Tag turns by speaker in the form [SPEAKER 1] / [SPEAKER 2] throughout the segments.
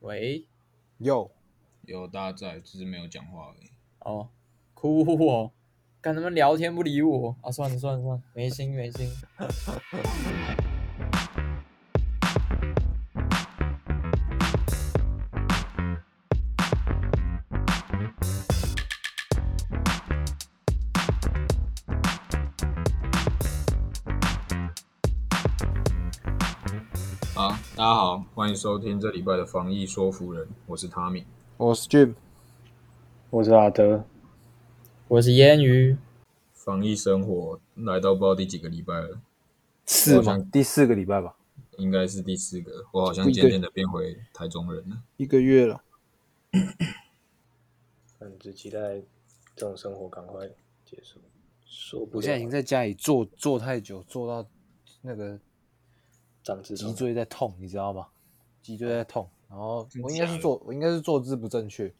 [SPEAKER 1] 喂，
[SPEAKER 2] 有
[SPEAKER 3] 有大家在，只是没有讲话而已。
[SPEAKER 1] 哦，哭哦，干他们聊天不理我啊！算了算了算了，没心没心。
[SPEAKER 3] 好，大家好，欢迎收听这礼拜的防疫说服人，我是汤米。
[SPEAKER 2] 我是 Jim，
[SPEAKER 4] 我是阿德，
[SPEAKER 1] 我是烟鱼，
[SPEAKER 3] 防疫生活来到不知道第几个礼拜了，
[SPEAKER 2] 四
[SPEAKER 3] 好
[SPEAKER 2] 嘛
[SPEAKER 3] 像，
[SPEAKER 2] 第四个礼拜吧，
[SPEAKER 3] 应该是第四个。我好像
[SPEAKER 2] 一个
[SPEAKER 3] 渐渐的变回台中人了。
[SPEAKER 2] 一个月了。
[SPEAKER 4] 嗯，只期待这种生活赶快结束。说不
[SPEAKER 2] 我现在已
[SPEAKER 4] 了
[SPEAKER 2] 经在家里坐坐太久，坐到那个
[SPEAKER 4] 长痔
[SPEAKER 2] 脊
[SPEAKER 4] 疮，
[SPEAKER 2] 椎在痛，你知道吗？脊椎在痛，然后
[SPEAKER 3] 真
[SPEAKER 2] 我应该
[SPEAKER 3] 假
[SPEAKER 2] 是
[SPEAKER 3] 的
[SPEAKER 2] 坐，我应该是坐姿不正确，然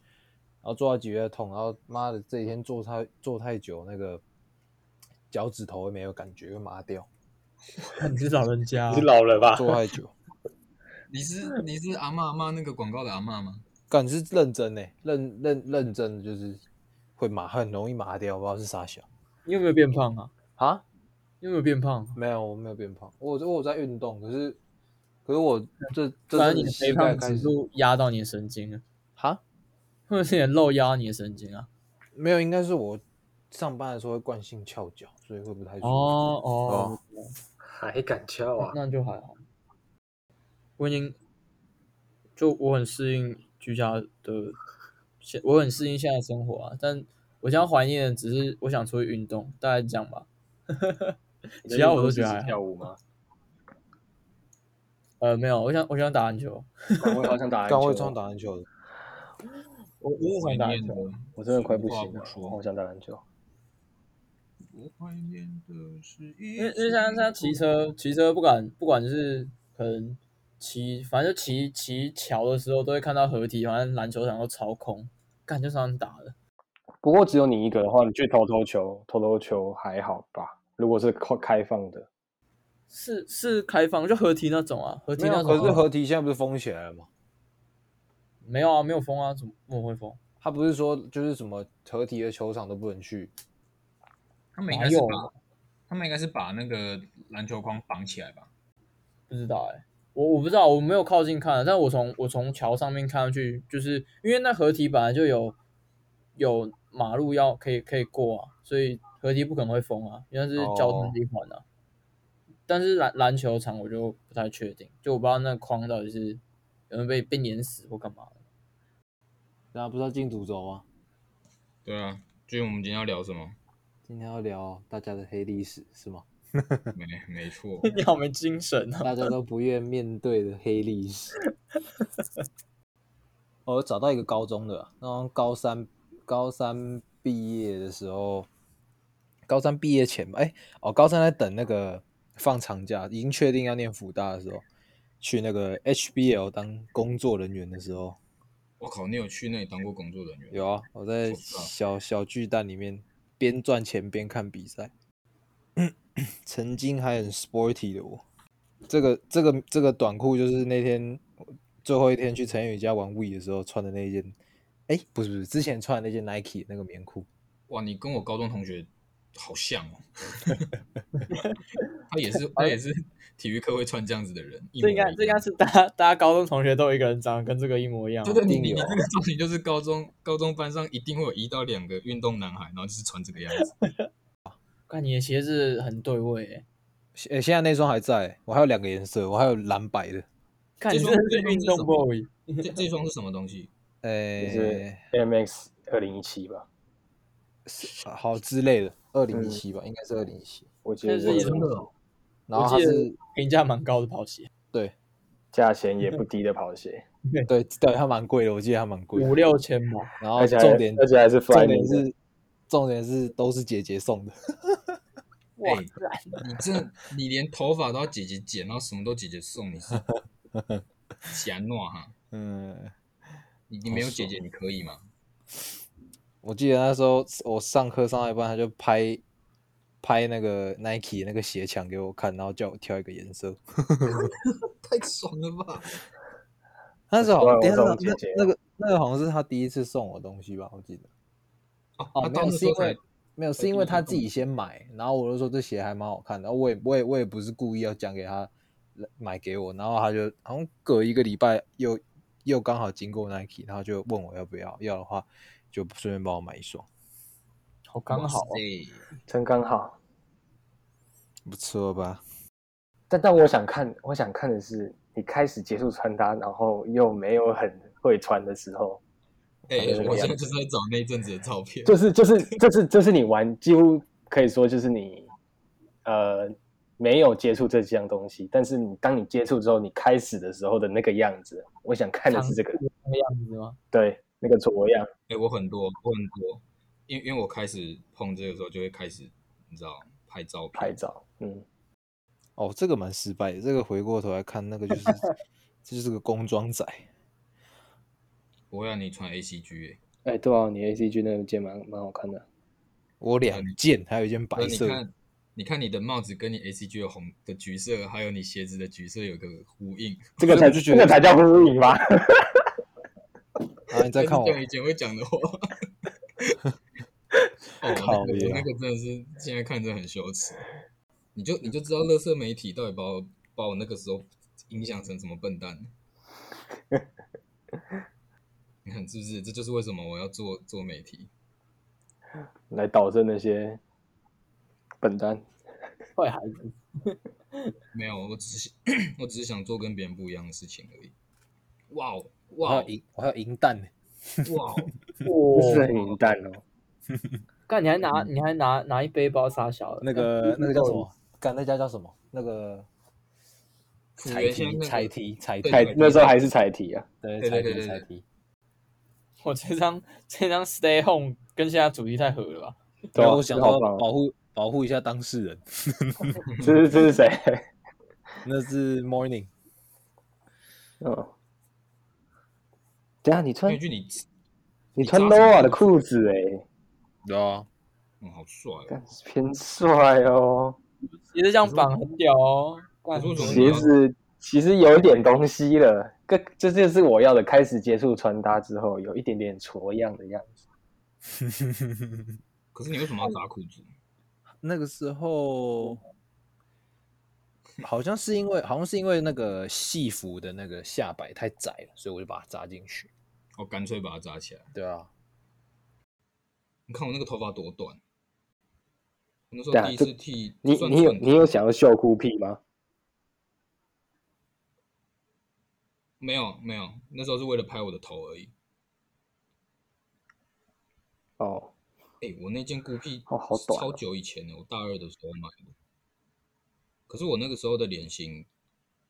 [SPEAKER 2] 后坐到脊椎在痛，然后妈的这几天坐太坐太久，那个脚趾头会没有感觉，会麻掉，
[SPEAKER 1] 你是老人家
[SPEAKER 4] 你是老了
[SPEAKER 3] 啊
[SPEAKER 4] 吧？
[SPEAKER 2] 坐太久。
[SPEAKER 3] 你是你是阿妈阿妈那个广告的阿妈吗？
[SPEAKER 2] 干你是认真呢、认认认真的就是会麻，很容易麻掉，不知道是啥小
[SPEAKER 1] 你有没有变胖啊？
[SPEAKER 2] 啊。
[SPEAKER 1] 你有没有变胖啊？
[SPEAKER 2] 没有，我没有变胖，我我有在运动，可是可是我这这
[SPEAKER 1] 反
[SPEAKER 2] 阵
[SPEAKER 1] 正你
[SPEAKER 2] 子
[SPEAKER 1] 的
[SPEAKER 2] 膝
[SPEAKER 1] 肥
[SPEAKER 2] 盖
[SPEAKER 1] 胖
[SPEAKER 2] 开
[SPEAKER 1] 指
[SPEAKER 2] 始
[SPEAKER 1] 数压到你的神经了，
[SPEAKER 2] 哈
[SPEAKER 1] 或者是你的肉压到你的神经啊？
[SPEAKER 2] 没有，应该是我上班的时候会惯性翘脚，所以会不太舒服。
[SPEAKER 1] 哦哦，
[SPEAKER 4] 还敢翘啊？
[SPEAKER 1] 那就还好。我已经就我很适应居家的，现我很适应现在的生活啊，但我现在怀念的只是我想出去运动，大概这样吧。
[SPEAKER 4] 你的
[SPEAKER 1] 其他
[SPEAKER 4] 运
[SPEAKER 1] 我
[SPEAKER 4] 动
[SPEAKER 1] 都
[SPEAKER 4] 是
[SPEAKER 1] 觉得
[SPEAKER 4] 指
[SPEAKER 1] 还好
[SPEAKER 4] 跳舞吗？
[SPEAKER 1] 呃，没有，我想我想打篮球，
[SPEAKER 4] 干我也好想打篮
[SPEAKER 2] 刚
[SPEAKER 4] 球
[SPEAKER 2] 会
[SPEAKER 4] 哦，
[SPEAKER 2] 唱打篮球的，
[SPEAKER 1] 我我想打篮
[SPEAKER 3] 怀念的
[SPEAKER 1] 球。，
[SPEAKER 4] 我真的快不行
[SPEAKER 3] 无话
[SPEAKER 4] 了
[SPEAKER 3] 不，说
[SPEAKER 4] 好想打篮球。
[SPEAKER 3] 我怀念的是一
[SPEAKER 1] 因为因为现在现在骑车骑车不敢，不管是可能骑，反正就骑骑桥的时候都会看到合体，反正篮球场都超空，感觉上打的。
[SPEAKER 4] 不过只有你一个的话，你去投投球，投投球还好吧？如果是开开放的，
[SPEAKER 1] 是是开放就合体那种啊，合体
[SPEAKER 2] 没
[SPEAKER 1] 那
[SPEAKER 2] 有，
[SPEAKER 1] 种
[SPEAKER 2] 可
[SPEAKER 1] 啊、
[SPEAKER 2] 是合体现在不是封起来了吗？
[SPEAKER 1] 没有啊，没有封啊，怎么怎么会封？
[SPEAKER 2] 他不是说就是什么合体的球场都不能去，
[SPEAKER 3] 他们应
[SPEAKER 1] 哪
[SPEAKER 3] 该是
[SPEAKER 1] 有
[SPEAKER 3] 把他们应该是把那个篮球框绑起来吧？
[SPEAKER 1] 不知道哎、我我不知道，我没有靠近看，啊但我从我从桥上面看上去，就是因为那河堤本来就有有马路要可以可以过啊，所以河堤不可能会封啊，因为它是交通
[SPEAKER 2] 哦
[SPEAKER 1] 一环啊。但是篮篮球场我就不太确定，就我不知道那框到底是有没有被被碾死或干嘛 的。啊
[SPEAKER 2] 大家不知道进主轴吗？
[SPEAKER 3] 对啊，所以我们今天要聊什么？
[SPEAKER 2] 今天要聊大家的黑历史是吗？
[SPEAKER 3] 没没 错，
[SPEAKER 1] 你好没精神啊！
[SPEAKER 2] 大家都不愿面对的黑历史。哦 我找到一个高中的啊，然后高三高三毕业的时候，高三毕业前吧，哎，哦，高三在等那个放长假，已经确定要念福大的时候，去那个 HBL 当工作人员的时候，
[SPEAKER 3] 我靠，你有去那里当过工作人员？
[SPEAKER 2] 有啊，我在
[SPEAKER 3] 我知道
[SPEAKER 2] 小小巨蛋里面边赚钱边看比赛。 曾经还很 sporty 的我，这个这个这个短裤就是那天最后一天去陈宇家玩 We 的时候穿的那一件，哎，不是不是，之前穿的那件 Nike 的那个棉裤，
[SPEAKER 3] 哇，你跟我高中同学好像哦。他也是，他也是体育课会穿这样子的人。一
[SPEAKER 1] 这
[SPEAKER 3] 模
[SPEAKER 1] 应
[SPEAKER 3] 一
[SPEAKER 1] 该
[SPEAKER 3] 样
[SPEAKER 1] 这应该是大家大家高中同学都有一个人长得跟这个一模一样啊、
[SPEAKER 3] 对对，你
[SPEAKER 2] 一定
[SPEAKER 3] 你你
[SPEAKER 2] 有
[SPEAKER 3] 这个重点就是高中高中班上一定会有一到两个运动男孩，然后就是穿这个样子。
[SPEAKER 1] 看你的鞋子很对味、欸，
[SPEAKER 2] 现现在那双还在，我还有两个颜色，我还有蓝白的，
[SPEAKER 1] 看你
[SPEAKER 3] 这
[SPEAKER 1] 真
[SPEAKER 3] 双
[SPEAKER 1] 的是
[SPEAKER 3] 这
[SPEAKER 1] 运
[SPEAKER 3] 双是
[SPEAKER 1] 动
[SPEAKER 3] 什么
[SPEAKER 1] boy。
[SPEAKER 3] 这这双是什么东西？
[SPEAKER 4] 就是
[SPEAKER 2] 哎，
[SPEAKER 4] MX 二零一七吧，
[SPEAKER 2] 是啊好之类的，二零一七吧，应该是二零一七，
[SPEAKER 4] 我记得
[SPEAKER 1] 这是也
[SPEAKER 4] 是
[SPEAKER 1] 是
[SPEAKER 3] 的？
[SPEAKER 2] 然
[SPEAKER 1] 我
[SPEAKER 2] 后它
[SPEAKER 1] 记得
[SPEAKER 2] 是
[SPEAKER 1] 评价蛮高的跑鞋，
[SPEAKER 2] 对
[SPEAKER 4] 价钱也不低的跑鞋，
[SPEAKER 2] 对对，它蛮贵的，我记得它蛮贵的，
[SPEAKER 1] 五六千吧。
[SPEAKER 2] 然后
[SPEAKER 4] 而且还
[SPEAKER 2] 重点
[SPEAKER 4] 而且还是
[SPEAKER 2] 重
[SPEAKER 4] Fly
[SPEAKER 2] 点
[SPEAKER 4] Me 的。
[SPEAKER 2] 是重点是都是姐姐送的，
[SPEAKER 1] 哇
[SPEAKER 3] 哎你这你连头发都要姐姐剪，然后什么都姐姐送，你是瞎诺哈？
[SPEAKER 2] 嗯，
[SPEAKER 3] 你你没有姐姐你可以吗？
[SPEAKER 2] 我记得那时候我上课上到一半，他就拍拍那个 Nike 那个鞋墙给我看，然后叫我挑一个颜色，
[SPEAKER 3] 太爽了吧！
[SPEAKER 2] 那时候好像，
[SPEAKER 4] 对
[SPEAKER 2] 等一
[SPEAKER 4] 我
[SPEAKER 2] 下
[SPEAKER 4] 懂
[SPEAKER 2] 那
[SPEAKER 4] 姐
[SPEAKER 2] 那
[SPEAKER 4] 姐啊
[SPEAKER 2] 那个那个好像是他第一次送我东西吧，我记得。
[SPEAKER 3] 哦，
[SPEAKER 2] 哦，
[SPEAKER 3] 他
[SPEAKER 2] 没
[SPEAKER 3] 到
[SPEAKER 2] 有，
[SPEAKER 3] 那
[SPEAKER 2] 是
[SPEAKER 3] 时候
[SPEAKER 2] 因
[SPEAKER 3] 才
[SPEAKER 2] 为没有，
[SPEAKER 3] 才
[SPEAKER 2] 是因为
[SPEAKER 3] 第一
[SPEAKER 2] 他
[SPEAKER 3] 个
[SPEAKER 2] 自己
[SPEAKER 3] 动
[SPEAKER 2] 先买，然后我就说这鞋还蛮好看的，啊然后我也我也我也不是故意要讲给他来买给我，然后他就好像隔一个礼拜又又刚好经过 Nike，然后就问我要不要，要的话就顺便帮我买一双，
[SPEAKER 1] 好刚好、哦。
[SPEAKER 3] 哎，
[SPEAKER 4] 真刚好。
[SPEAKER 2] 不错吧？
[SPEAKER 4] 但但我想看，我想看的是你开始接触穿搭，然后又没有很会穿的时候，
[SPEAKER 3] 哎
[SPEAKER 4] 这个
[SPEAKER 3] 我现
[SPEAKER 4] 样
[SPEAKER 3] 在就是在找那一阵子的照片，
[SPEAKER 4] 就是就是这是这是你玩几乎可以说就是你呃没有接触这几样东西，但是你当你接触之后，你开始的时候的那个样子，我想看的是这个，
[SPEAKER 1] 那个样子吗？
[SPEAKER 4] 对，那个模样，
[SPEAKER 3] 哎，我很多，我很多，因为因为我开始碰这个时候就会开始，你知道拍照片，
[SPEAKER 4] 拍照，嗯，
[SPEAKER 2] 哦，这个蛮失败的，这个回过头来看，那个就是这就是个工装仔，
[SPEAKER 3] 我会让你穿 A C G，欸
[SPEAKER 4] 哎，对啊，你 A C G 那件蛮蛮好看的，
[SPEAKER 2] 我两件，还有一件
[SPEAKER 3] 哎，
[SPEAKER 2] 白
[SPEAKER 3] 你
[SPEAKER 2] 色的，
[SPEAKER 3] 看。你看你的帽子跟你 A C G 的红的橘色，还有你鞋子的橘色有个呼应。
[SPEAKER 4] 这个才
[SPEAKER 2] 就觉
[SPEAKER 4] 这
[SPEAKER 2] 得
[SPEAKER 4] 个才叫呼应吧？
[SPEAKER 2] 然啊后你再看我
[SPEAKER 3] 讲以前会讲 的话。哦，
[SPEAKER 2] 靠
[SPEAKER 3] 那个
[SPEAKER 2] 呀
[SPEAKER 3] 那个真的是现在看着很羞耻，你就你就知道乐色媒体到底把我把我那个时候影响成什么笨蛋。你看是不是？这就是为什么我要做做媒体。
[SPEAKER 4] 来导正那些笨蛋，
[SPEAKER 1] 坏孩子，
[SPEAKER 3] 没有，我只是 我只是想做跟别人不一样的事情而已。哇哦
[SPEAKER 2] 我
[SPEAKER 3] 哇
[SPEAKER 2] 还
[SPEAKER 4] 啊
[SPEAKER 3] 哦
[SPEAKER 2] 有银我还有银蛋呢，
[SPEAKER 3] 哇 哦！
[SPEAKER 4] 这
[SPEAKER 1] 哇！
[SPEAKER 4] 是很淫蛋哦。
[SPEAKER 1] 干，你还拿你还拿拿一背包傻小的
[SPEAKER 2] 嗯那
[SPEAKER 3] 嗯
[SPEAKER 2] 个那个叫什？
[SPEAKER 1] 干
[SPEAKER 2] 么？干那家叫什么？那个
[SPEAKER 3] 浦
[SPEAKER 2] 彩
[SPEAKER 3] 原现
[SPEAKER 2] 题
[SPEAKER 3] 在那个
[SPEAKER 2] 彩题彩题
[SPEAKER 3] 对
[SPEAKER 4] 彩那时候还是彩题啊，
[SPEAKER 2] 对
[SPEAKER 3] 对
[SPEAKER 2] 彩
[SPEAKER 3] 对
[SPEAKER 2] 题
[SPEAKER 3] 对
[SPEAKER 2] 彩
[SPEAKER 3] 对
[SPEAKER 2] 题。
[SPEAKER 1] 我这张这张 Stay Home 跟现在主题太合了吧？
[SPEAKER 4] 对
[SPEAKER 2] 然
[SPEAKER 4] 啊，
[SPEAKER 2] 后我想
[SPEAKER 4] 这好
[SPEAKER 2] 说
[SPEAKER 4] 棒哦，
[SPEAKER 2] 保护保护一下当事人，
[SPEAKER 4] 这
[SPEAKER 2] 嗯
[SPEAKER 4] 是这是谁？
[SPEAKER 2] 那是 morning。
[SPEAKER 4] 嗯，等一下你穿
[SPEAKER 3] 那句你
[SPEAKER 4] 你穿
[SPEAKER 3] 你扎什么
[SPEAKER 4] Nova 的裤子哎、
[SPEAKER 2] 对啊，
[SPEAKER 3] 嗯好帅哦，
[SPEAKER 4] 干偏帅哦。
[SPEAKER 1] 也是这样绑很屌哦。干
[SPEAKER 3] 可是为什么
[SPEAKER 4] 鞋子其实有一点东西了，这这就是我要的。开始接触穿搭之后，有一点点挫样的样子。
[SPEAKER 3] 可是你为什么要扎裤子？
[SPEAKER 2] 那个时候好像是因为好像是因为那个戏服的那个下摆太窄了，所以我就把它扎进去。
[SPEAKER 3] 我哦干脆把它扎起来。
[SPEAKER 2] 对啊，
[SPEAKER 3] 你看我那个头发多短，我那时
[SPEAKER 4] 对
[SPEAKER 3] 候
[SPEAKER 4] 啊
[SPEAKER 3] 第一次
[SPEAKER 4] 这
[SPEAKER 3] 剃，
[SPEAKER 4] 你
[SPEAKER 3] 算
[SPEAKER 4] 你有
[SPEAKER 3] 寸头
[SPEAKER 4] 你有想要秀酷屁吗？
[SPEAKER 3] 没有没有？那时候是为了拍我的头而已。
[SPEAKER 4] 哦，
[SPEAKER 3] 哎、我那件孤僻
[SPEAKER 4] 哦好短
[SPEAKER 3] 超
[SPEAKER 4] 哦
[SPEAKER 3] 久以前的，我大二的时候买的。可是我那个时候的脸型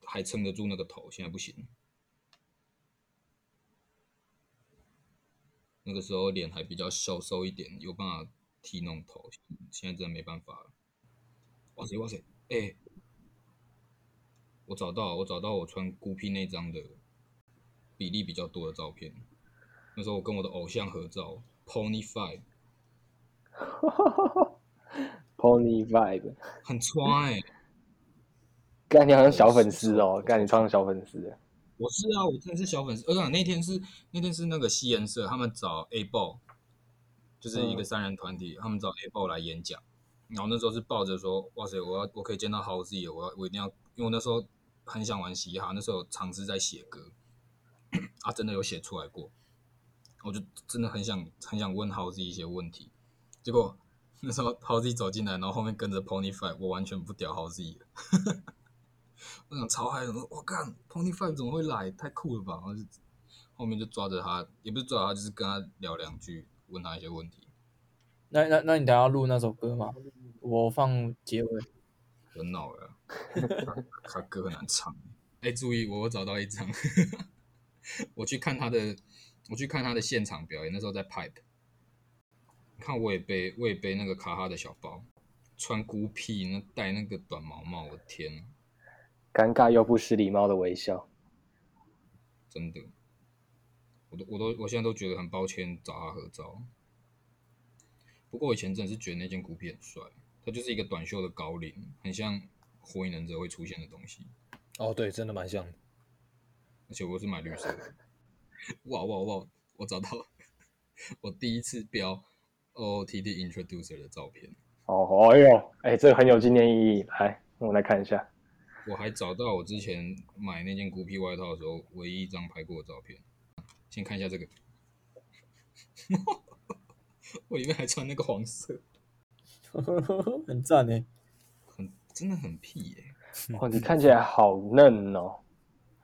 [SPEAKER 3] 还撑得住那个头，现在不行。那个时候脸还比较消瘦一点，有办法剃弄头，现在真的没办法了。哇塞哇塞，哎、我找到我找到我穿孤僻那张的比例比较多的照片，那时候我跟我的偶像合照，Pony Five。
[SPEAKER 4] Pony vibe，
[SPEAKER 3] 很穿哎、
[SPEAKER 4] 干你好像小粉丝哦，干你穿小粉丝，
[SPEAKER 3] 我是啊，我真的是小粉丝。而且那天是那天是那个西颜社，他们找 A Ball，就是一个
[SPEAKER 4] 嗯
[SPEAKER 3] 三人团体，他们找 A Ball 来演讲。然后那时候是抱着说，哇塞，我要我可以见到 Halsey，我要我一定要，因为我那时候很想玩嘻哈，那时候有尝试在写歌，啊，真的有写出来过。我就真的很想很想问 Halsey 一些问题，结果 那时候 Halsey 走进来，然后后面跟着 Pony Five，我完全不屌 Halsey 了。我想超嗨，我说我干 Pony Five 怎么会来？太酷了吧！然后就后面就抓着他，也不是抓着他，就是跟他聊两句，问他一些问题。
[SPEAKER 1] 那那那你等一下录那首歌嘛？我放结尾。
[SPEAKER 3] 很恼了，他他歌很难唱。哎、注意，我又找到一张， 我去看他的，我去看他的现场表演，那时候在 Pipe。看我也背，我也背那个卡哈的小包，穿孤僻，那戴那个短毛帽，我天啊，
[SPEAKER 4] 尴尬又不失礼貌的微笑。
[SPEAKER 3] 真的，我都我都我现在都觉得很抱歉找他合照。不过我以前真的是觉得那件孤僻很帅，它就是一个短袖的高领，很像火影忍者会出现的东西。
[SPEAKER 2] 哦对，真的蛮像的。
[SPEAKER 3] 而且我是买绿色的。哇哇哇！我找到了我第一次标 OOTD Introducer 的照片，
[SPEAKER 4] 哦，哎呦，哎，这个很有纪念意义。来，我们来看一下。
[SPEAKER 3] 我还找到我之前买那件孤僻外套的时候唯一一张拍过的照片。先看一下这个，我里面还穿那个黄色，
[SPEAKER 1] 很赞哎、
[SPEAKER 3] 很真的很屁耶、
[SPEAKER 4] 哇，哦你看起来好嫩哦。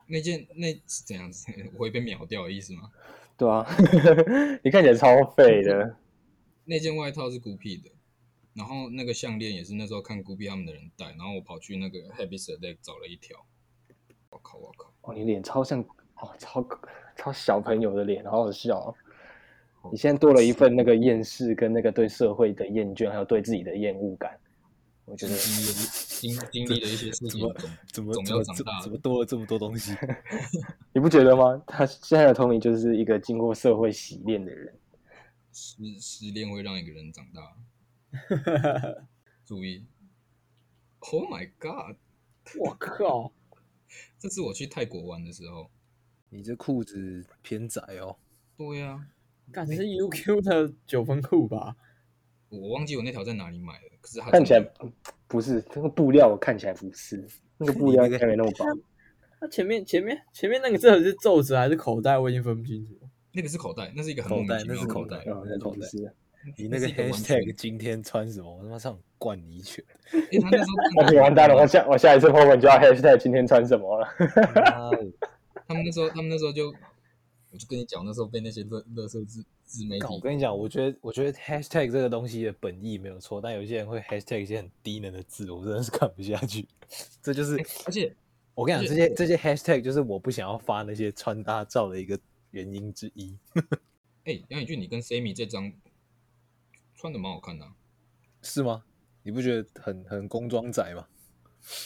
[SPEAKER 3] 那件那是怎样 子？我会被秒掉的意思吗？
[SPEAKER 4] 对啊， 你看起来超废的。
[SPEAKER 3] 那件外套是孤僻的，然后那个项链也是那时候看孤僻他们的人戴，然后我跑去那个 Happy s e d a y 找了一条。我靠我靠，
[SPEAKER 4] 哦，你脸超像哦，超超小朋友的脸，好好笑、哦。你现在多了一份那个厌世跟那个对社会的厌倦，还有对自己的厌恶感。我觉
[SPEAKER 3] 经
[SPEAKER 4] 得
[SPEAKER 3] 历了经经历了一些事情，
[SPEAKER 2] 怎么
[SPEAKER 3] 总
[SPEAKER 2] 怎
[SPEAKER 3] 要
[SPEAKER 2] 么
[SPEAKER 3] 长
[SPEAKER 2] 怎
[SPEAKER 3] 大
[SPEAKER 2] 怎么多了这么多东 西？
[SPEAKER 4] 你不觉得吗？他现在的 Tommy 就是一个经过社会洗练的人。
[SPEAKER 3] 失失恋会让一个人长 大。注意，Oh my God！
[SPEAKER 1] 我靠，
[SPEAKER 3] 这次我去泰国玩的时候，
[SPEAKER 2] 你这裤子偏窄哦，
[SPEAKER 3] 对呀、啊，
[SPEAKER 1] 感觉是 UQ 的九分裤吧？
[SPEAKER 3] 我我忘记我那条在哪里买的，可是它
[SPEAKER 4] 看起来
[SPEAKER 3] 真的
[SPEAKER 4] 不不是那个布料，看起来不是那个布料，
[SPEAKER 2] 你那个
[SPEAKER 4] 看起来没那么薄。
[SPEAKER 1] 它前面前面前面那个到底是皱褶还是口袋，我已经分不清楚了。
[SPEAKER 3] 那个是口袋，那是一个很
[SPEAKER 2] 口
[SPEAKER 3] 莫名
[SPEAKER 2] 袋
[SPEAKER 3] 其
[SPEAKER 2] 那
[SPEAKER 3] 妙
[SPEAKER 2] 是
[SPEAKER 3] 的
[SPEAKER 2] 口
[SPEAKER 3] 袋
[SPEAKER 2] 袋，
[SPEAKER 4] 嗯，那就不是。
[SPEAKER 2] 你那个
[SPEAKER 3] 是一个完
[SPEAKER 2] hashtag
[SPEAKER 3] 全
[SPEAKER 2] 今天穿什么？我他妈上灌你一拳！
[SPEAKER 3] 哎，他那时 候
[SPEAKER 4] 那完蛋了，我下我下一次 po 文就要 hashtag 今天穿什么了。
[SPEAKER 2] 妈的
[SPEAKER 3] 他们那时候，他们那时候就，我就跟你讲，那时候被那些乐乐色自自媒体
[SPEAKER 2] 干我跟你讲，我觉得我觉得 hashtag 这个东西的本意没有错，但有些人会 hashtag 一些很低能的字，我真的是看不下去。这就是
[SPEAKER 3] 而且
[SPEAKER 2] 我跟你
[SPEAKER 3] 而
[SPEAKER 2] 讲，
[SPEAKER 3] 且
[SPEAKER 2] 这些这些 hashtag 就是我不想要发那些穿搭照的一个原因之一。
[SPEAKER 3] 哎、杨宇俊，你跟 Sammy 这张穿的蛮好看的啊，
[SPEAKER 2] 是吗？你不觉得很很工装仔吗？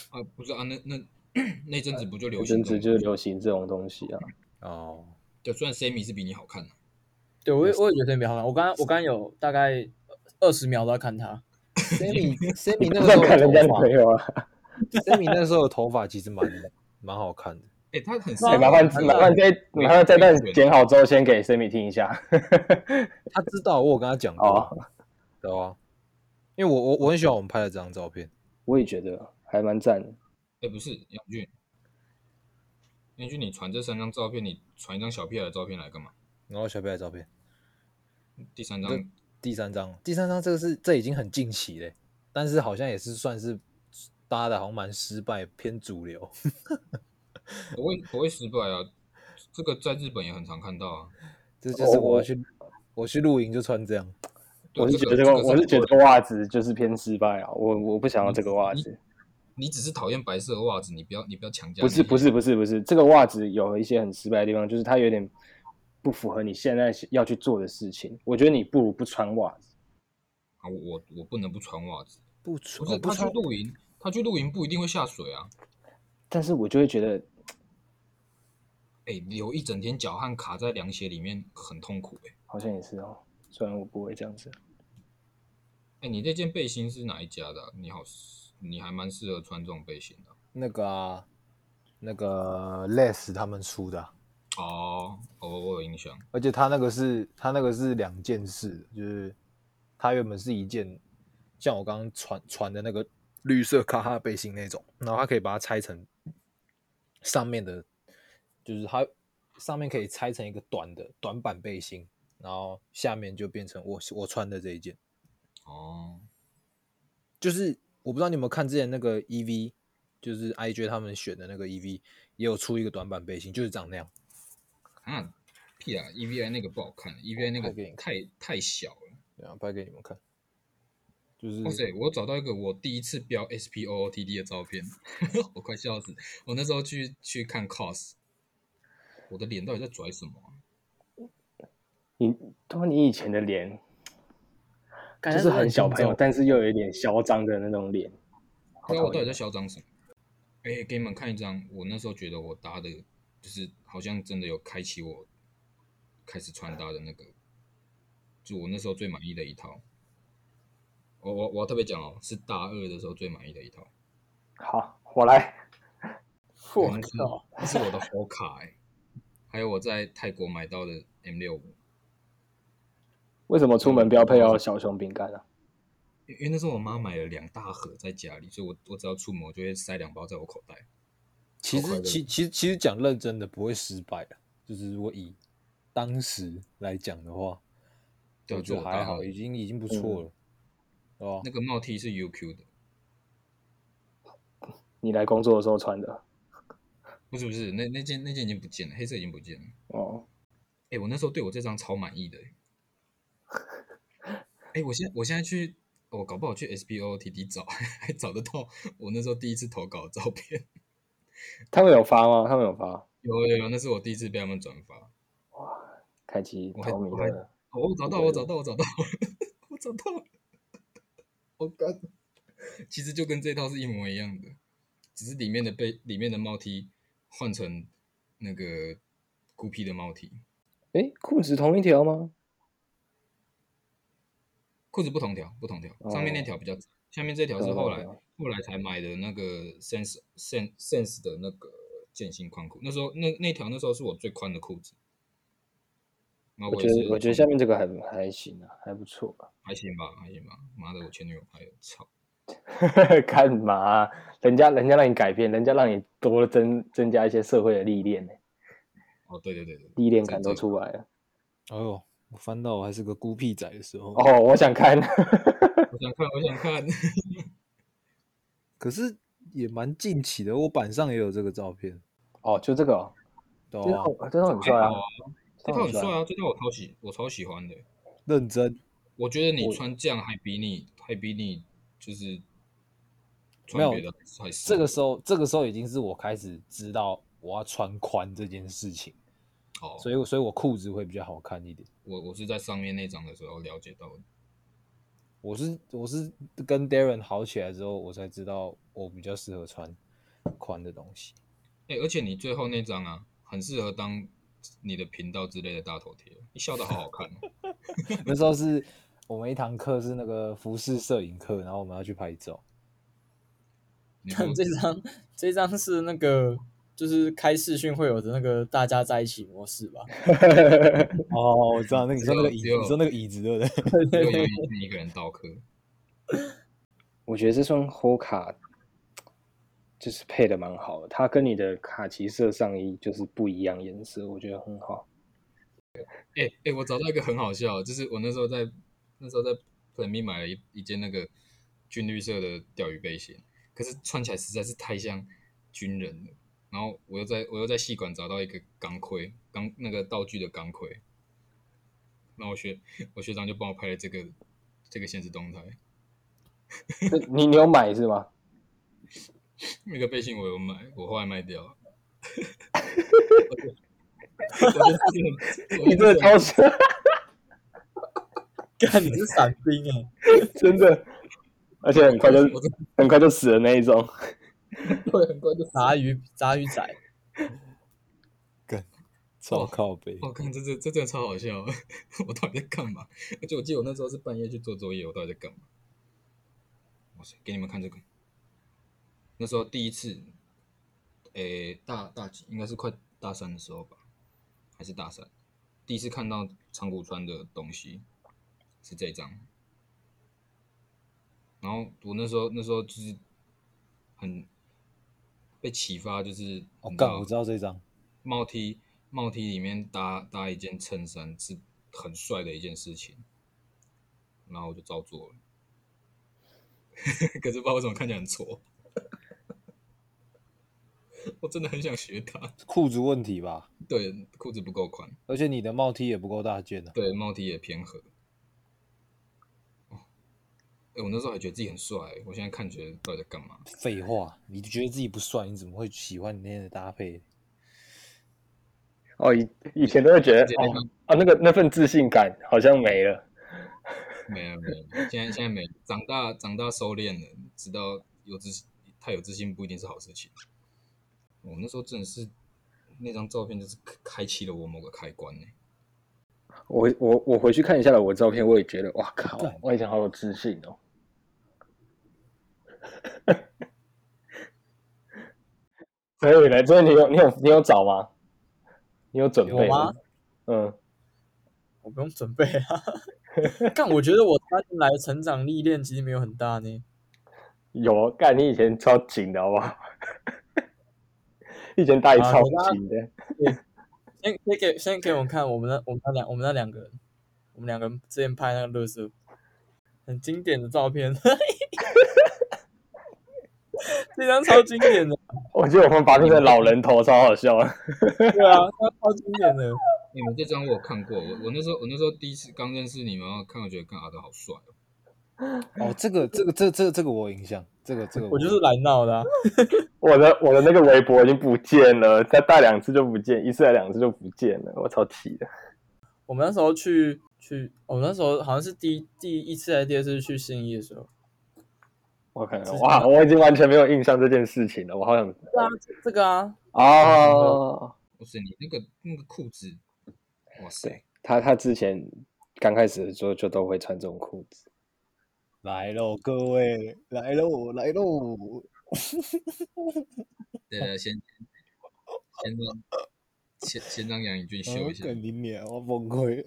[SPEAKER 3] 啊不是啊，那那 那阵子不就流
[SPEAKER 4] 有
[SPEAKER 3] 行
[SPEAKER 4] 阵
[SPEAKER 3] 这种？
[SPEAKER 4] 子就是流行这种东西啊。
[SPEAKER 2] 哦，
[SPEAKER 3] 对，虽然 Sammy 是比你好看、啊，
[SPEAKER 1] 对，我也我也觉得比较好看。我刚刚我刚刚有大概二十秒都在看它，
[SPEAKER 2] Sammy Sammy 那
[SPEAKER 4] 不
[SPEAKER 2] 个时
[SPEAKER 4] 要
[SPEAKER 2] 候
[SPEAKER 4] 看人家
[SPEAKER 2] 的
[SPEAKER 4] 女
[SPEAKER 2] 头
[SPEAKER 4] 朋友啊！
[SPEAKER 2] 发，Sammy 那个时候的头发其实蛮蛮好看的。
[SPEAKER 3] 哎、他
[SPEAKER 1] 哎
[SPEAKER 3] 很
[SPEAKER 4] 哎，
[SPEAKER 3] 适合
[SPEAKER 4] 麻烦
[SPEAKER 3] 这
[SPEAKER 1] 真
[SPEAKER 3] 个
[SPEAKER 1] 的
[SPEAKER 4] 麻烦这麻烦这段剪好之后，先给 Sammy 听一下。
[SPEAKER 2] 他知道我有跟他讲过
[SPEAKER 4] 哦，，
[SPEAKER 2] 对啊，因为我我我很喜欢我们拍的这张照片。
[SPEAKER 4] 我也觉得还蛮赞的。
[SPEAKER 3] 哎、不是杨俊，杨俊，你传这三张照片，你传一张小屁孩的照片来干嘛？
[SPEAKER 2] 然后小贝的照片，
[SPEAKER 3] 第三
[SPEAKER 2] 对
[SPEAKER 3] 张
[SPEAKER 2] 第三张，第三张这个是这已经很近期嘞，但是好像也是算是搭的，好像蛮失败，偏主流。
[SPEAKER 3] 不会不会失败啊，这个在日本也很常看到啊。
[SPEAKER 2] 这就是
[SPEAKER 4] 哦
[SPEAKER 2] 我
[SPEAKER 4] 我
[SPEAKER 2] 去我去露营就穿这样。
[SPEAKER 3] 对啊
[SPEAKER 4] 我是觉得
[SPEAKER 3] 这
[SPEAKER 4] 啊
[SPEAKER 3] 个
[SPEAKER 4] 这个，
[SPEAKER 3] 这个
[SPEAKER 4] 我是觉
[SPEAKER 3] 很
[SPEAKER 4] 得这个袜子就是偏失败啊。我我不想要这个袜子。
[SPEAKER 3] 你只是讨厌白色的袜子，你不要你不要强加
[SPEAKER 4] 不
[SPEAKER 3] 你。
[SPEAKER 4] 是不是不是不是，这个袜子有一些很失败的地方，就是它有点不符合你现在要去做的事情。我觉得你不如不穿袜子。
[SPEAKER 3] 啊，我我我不能不穿袜子。
[SPEAKER 2] 不
[SPEAKER 3] 不
[SPEAKER 2] 穿，
[SPEAKER 3] 是
[SPEAKER 2] 哦不
[SPEAKER 3] 他去
[SPEAKER 2] 穿，
[SPEAKER 3] 露营，他去露营不一定会下水啊。
[SPEAKER 4] 但是我就会觉得，
[SPEAKER 3] 哎、流一整天脚汗卡在凉鞋里面很痛苦哎、
[SPEAKER 4] 好像也是哦。虽然我不会这样子，
[SPEAKER 3] 哎、你这件背心是哪一家的啊、你好，你还蛮适合穿这种背心的啊。
[SPEAKER 2] 那个啊，那个 Less 他们出的啊、
[SPEAKER 3] 哦，哦，我有印象。
[SPEAKER 2] 而且他那个是他那个是两件事，就是他原本是一件像我刚刚传传的那个绿色卡哈背心那种，然后他可以把它拆成上面的，就是它上面可以拆成一个短的短版背心，然后下面就变成我我穿的这一件，
[SPEAKER 3] 哦，
[SPEAKER 2] 就是我不知道你有没有看之前那个 EV，就是 IG 他们选的那个 EV 也有出一个短版背心，就是长那样。
[SPEAKER 3] 啊，屁啊！EVI 那个不好看，EVI 那
[SPEAKER 2] 哦拍给
[SPEAKER 3] 个
[SPEAKER 2] 你
[SPEAKER 3] 太太小了。
[SPEAKER 2] 对啊，拍给你们看。就是
[SPEAKER 3] 哇塞，我找到一个我第一次标 SPOOTD 的照片， 我快笑死！我那时候去去看 cos，我的脸到底在拽什么啊、
[SPEAKER 4] 你托你以前的脸
[SPEAKER 1] 感
[SPEAKER 4] 就
[SPEAKER 1] 觉
[SPEAKER 4] 是很小朋友，
[SPEAKER 1] 很
[SPEAKER 4] 但是又有一点嚣张的那种脸。好
[SPEAKER 3] 对啊，我到
[SPEAKER 4] 讨
[SPEAKER 3] 底
[SPEAKER 4] 厌
[SPEAKER 3] 在嚣张什么？哎、给你们看一张，我那时候觉得我搭的，就是好像真的有开启我开始穿搭的那个，就我那时候最满意的一套。我我我要特别讲哦，是大二的时候最满意的一套，
[SPEAKER 4] 好，我来。
[SPEAKER 1] 我
[SPEAKER 3] 对那是
[SPEAKER 1] 靠，
[SPEAKER 3] 那是我的好卡哎、还有我在泰国买到的 M 六五，
[SPEAKER 4] 为什么出门不要配到小熊饼干啊？
[SPEAKER 3] 因因为那时候我妈买了两大盒在家里，所以我我只要出门我就会塞两包在我口袋。
[SPEAKER 2] 其
[SPEAKER 3] 快
[SPEAKER 2] 实
[SPEAKER 3] 乐
[SPEAKER 2] 其其实其实讲认真的不会失败的，就是如果以当时来讲的话，
[SPEAKER 3] 对啊
[SPEAKER 2] 我觉得
[SPEAKER 3] 做大
[SPEAKER 2] 还
[SPEAKER 3] 号
[SPEAKER 2] 好，
[SPEAKER 3] 的
[SPEAKER 2] 已经已经不错了，嗯对啊吧？
[SPEAKER 3] 那个帽 T 是 UQ 的，
[SPEAKER 4] 你来工作的时候穿的
[SPEAKER 3] 不是不是，那那件那件已经不见了，黑色已经不见了。
[SPEAKER 4] 哦，
[SPEAKER 3] 哎、我那时候对我这张超满意的、欸。哎、我现在我现在去，我搞不好去 SPOTD 找，还找得到我那时候第一次投稿的照片。
[SPEAKER 4] 他们有发吗？他们有发，
[SPEAKER 3] 有有有，那是我第一次被他们转发。
[SPEAKER 4] 凯奇
[SPEAKER 3] 我还
[SPEAKER 4] 投迷
[SPEAKER 3] 我还
[SPEAKER 4] 了，
[SPEAKER 3] 哦我找到，我找到，我找到，我找到了。我干，其实就跟这套是一模一样的，只是里面的被里面的帽 T 换成那个孤僻的帽 T，
[SPEAKER 4] 诶，裤子同一条吗？
[SPEAKER 3] 裤子不同条，不同条，上面那
[SPEAKER 4] 哦
[SPEAKER 3] 条比较窄，下面这条是
[SPEAKER 4] 懂
[SPEAKER 3] 后
[SPEAKER 4] 懂
[SPEAKER 3] 来
[SPEAKER 4] 懂
[SPEAKER 3] 后来才买的那个 Sense Sense Sense 的那个剑心宽裤，那时候那那条那时候是我最宽的裤子。那
[SPEAKER 4] 我
[SPEAKER 3] 也
[SPEAKER 4] 觉
[SPEAKER 3] 是
[SPEAKER 4] 得我觉
[SPEAKER 3] 从
[SPEAKER 4] 得下面这个还还行啊， 还不错吧。
[SPEAKER 3] 还行吧，还行吧，妈的，我前女友拍的，操！
[SPEAKER 4] 干嘛啊、人家人家让你改变，人家让你多增增加一些社会的历练呢，
[SPEAKER 3] 哦，对对对对，
[SPEAKER 4] 历练
[SPEAKER 3] 这
[SPEAKER 4] 感
[SPEAKER 3] 这
[SPEAKER 4] 都
[SPEAKER 3] 个
[SPEAKER 4] 出来了。
[SPEAKER 2] 哎呦，我翻到我还是个孤僻仔的时候，
[SPEAKER 4] 哦，我想看，
[SPEAKER 3] 我想看，我想看。
[SPEAKER 2] 可是也蛮近期的，我板上也有这个照片，
[SPEAKER 4] 哦，就这个、哦，
[SPEAKER 2] 对
[SPEAKER 4] 这
[SPEAKER 2] 吧？
[SPEAKER 4] 套这套很帅啊
[SPEAKER 3] 还好，
[SPEAKER 4] 这
[SPEAKER 3] 这
[SPEAKER 4] 套
[SPEAKER 3] 套
[SPEAKER 4] 很
[SPEAKER 3] 很帅
[SPEAKER 4] 帅啊。
[SPEAKER 3] 啊，这套我超喜，我超喜欢的。
[SPEAKER 2] 认真，
[SPEAKER 3] 我觉得你
[SPEAKER 2] 我
[SPEAKER 3] 穿这样还比你还比你就是
[SPEAKER 2] 没
[SPEAKER 3] 穿
[SPEAKER 2] 有
[SPEAKER 3] 别的还适
[SPEAKER 2] 这个时
[SPEAKER 3] 候
[SPEAKER 2] 候这个时候已经是我开始知道我要穿宽这件事情，
[SPEAKER 3] 哦，
[SPEAKER 2] 所以我所以我裤子会比较好看一点。
[SPEAKER 3] 我我是在上面那张的时候了解到的。
[SPEAKER 2] 我是我是跟 Darren 好起来之后，我才知道我比较适合穿宽的东西。
[SPEAKER 3] 哎、而且你最后那张啊，很适合当你的频道之类的大头贴，你笑的好好看哦。
[SPEAKER 2] 那时候是我们一堂课是那个服饰摄影课，然后我们要去拍照。
[SPEAKER 3] 你说
[SPEAKER 1] 看这张，这张是那个就是开视讯会有的那个大家在一起模式吧？
[SPEAKER 2] 哦，我知道，那个你说那个椅，
[SPEAKER 3] 只有
[SPEAKER 2] 你说那个椅子对不对？
[SPEAKER 3] 只有杨一一个人倒课，
[SPEAKER 4] 我觉得这双 h o k a 就是配的蛮好的，它跟你的卡其色上衣就是不一样颜色，我觉得很 好。
[SPEAKER 3] 哎、欸、哎、我找到一个很好笑的，就是我那时候在那时候在 p l 买了一一件那个军绿色的钓鱼背心，可是穿起来实在是太像军人了。然后我又在我又在戏馆找到一个钢盔，钢那个道具的钢盔。然后我学我学长就帮我拍了这个这个现实动态，
[SPEAKER 4] 这你你有买是吗？
[SPEAKER 3] 那个背心我有买，我后来卖掉 了。我就我就
[SPEAKER 4] 你
[SPEAKER 3] 我就
[SPEAKER 4] 真的超帅，
[SPEAKER 1] 看你是伞兵哎、
[SPEAKER 4] 真的，而且很快就
[SPEAKER 3] 我真
[SPEAKER 4] 很快就死了那一种。
[SPEAKER 3] 会很快就
[SPEAKER 1] 杂鱼杂鱼仔，
[SPEAKER 2] 超靠背，
[SPEAKER 3] 我哦看这这这真的超好笑， 我到底在干嘛？而且我记得我那时候是半夜去做作业，我到底在干嘛？哇塞，给你们看这个，那时候第一次，诶、大大几应该是快大三的时候吧，还是大三，第一次看到长谷川的东西是这张，然后我那时候那时候就是很被启发，就是
[SPEAKER 2] 我哦
[SPEAKER 3] 你
[SPEAKER 2] 干，我知道这张，
[SPEAKER 3] 帽 T 帽 T 里面搭搭一件衬衫是很帅的一件事情，然后我就照做了， 可是不知道为什么看起来很挫， 我真的很想学他。
[SPEAKER 2] 裤子问题吧，
[SPEAKER 3] 对，裤子不够宽，
[SPEAKER 2] 而且你的帽 T 也不够大件啊。
[SPEAKER 3] 对，帽 T 也偏合。哦，哎，我那时候还觉得自己很帅、我现在看觉得到底在干嘛？
[SPEAKER 2] 废话，你觉得自己不帅，你怎么会喜欢你那天的搭配？
[SPEAKER 4] 哦，以以前都会觉得
[SPEAKER 3] 这
[SPEAKER 4] 哦啊，那个那份自信感好像没了。
[SPEAKER 3] 没有没有，现在现在没，长大长大收敛了，知道有自信，太有自信不一定是好事情。我那时候真的是那张照片，就是开开启了我某个开关呢、
[SPEAKER 4] 我我我回去看一下我的照片，我也觉得哇靠
[SPEAKER 2] 干，
[SPEAKER 4] 我以前好有自信 哦。所以呢，所以你有你有你有找吗？你有准备
[SPEAKER 1] 有吗？
[SPEAKER 4] 嗯，
[SPEAKER 1] 我不用准备啊。 但我觉得我三年来的成长历练其实没有很大呢。
[SPEAKER 4] 有，啊干你以前超紧的好不好？ 以前大一
[SPEAKER 1] 啊
[SPEAKER 4] 超
[SPEAKER 1] 我大
[SPEAKER 4] 紧的，
[SPEAKER 1] 先先给先给我 们看我们那我们那两我们那两个人，我们两个人之前拍那个乐色，很经典的照片， 这张超经典的，
[SPEAKER 4] 我觉得我们把那个老人头超好笑啊。
[SPEAKER 1] 对啊，这张超经典的。
[SPEAKER 3] 你们这张我有看过，我我那时候我那时候第一次刚认识你们，然后看我觉得看阿德好帅哦，
[SPEAKER 2] 哦，这个这个这这这个我有印象，这个这个
[SPEAKER 1] 我就是来闹的、啊，
[SPEAKER 4] 我的我的那个围脖已经不见了，再戴两次就不见，一次还两次就不见了，我超气的。
[SPEAKER 1] 我们那时候去去，我们那时候好像是第一第一次还是第二次去信义的时候，
[SPEAKER 4] 我看
[SPEAKER 1] 是
[SPEAKER 4] 看，哇，我已经完全没有印象这件事情了，我好想
[SPEAKER 1] 对啊，这个啊，
[SPEAKER 4] 哦，
[SPEAKER 3] 哇塞，你那个那个裤子，哇塞，
[SPEAKER 4] 对他他之前刚开始的时候就都会穿这种裤子，
[SPEAKER 2] 来喽，各位来喽来喽，
[SPEAKER 3] 对，先先让先先让杨宇俊秀一下，
[SPEAKER 2] 跟你娘，我崩溃。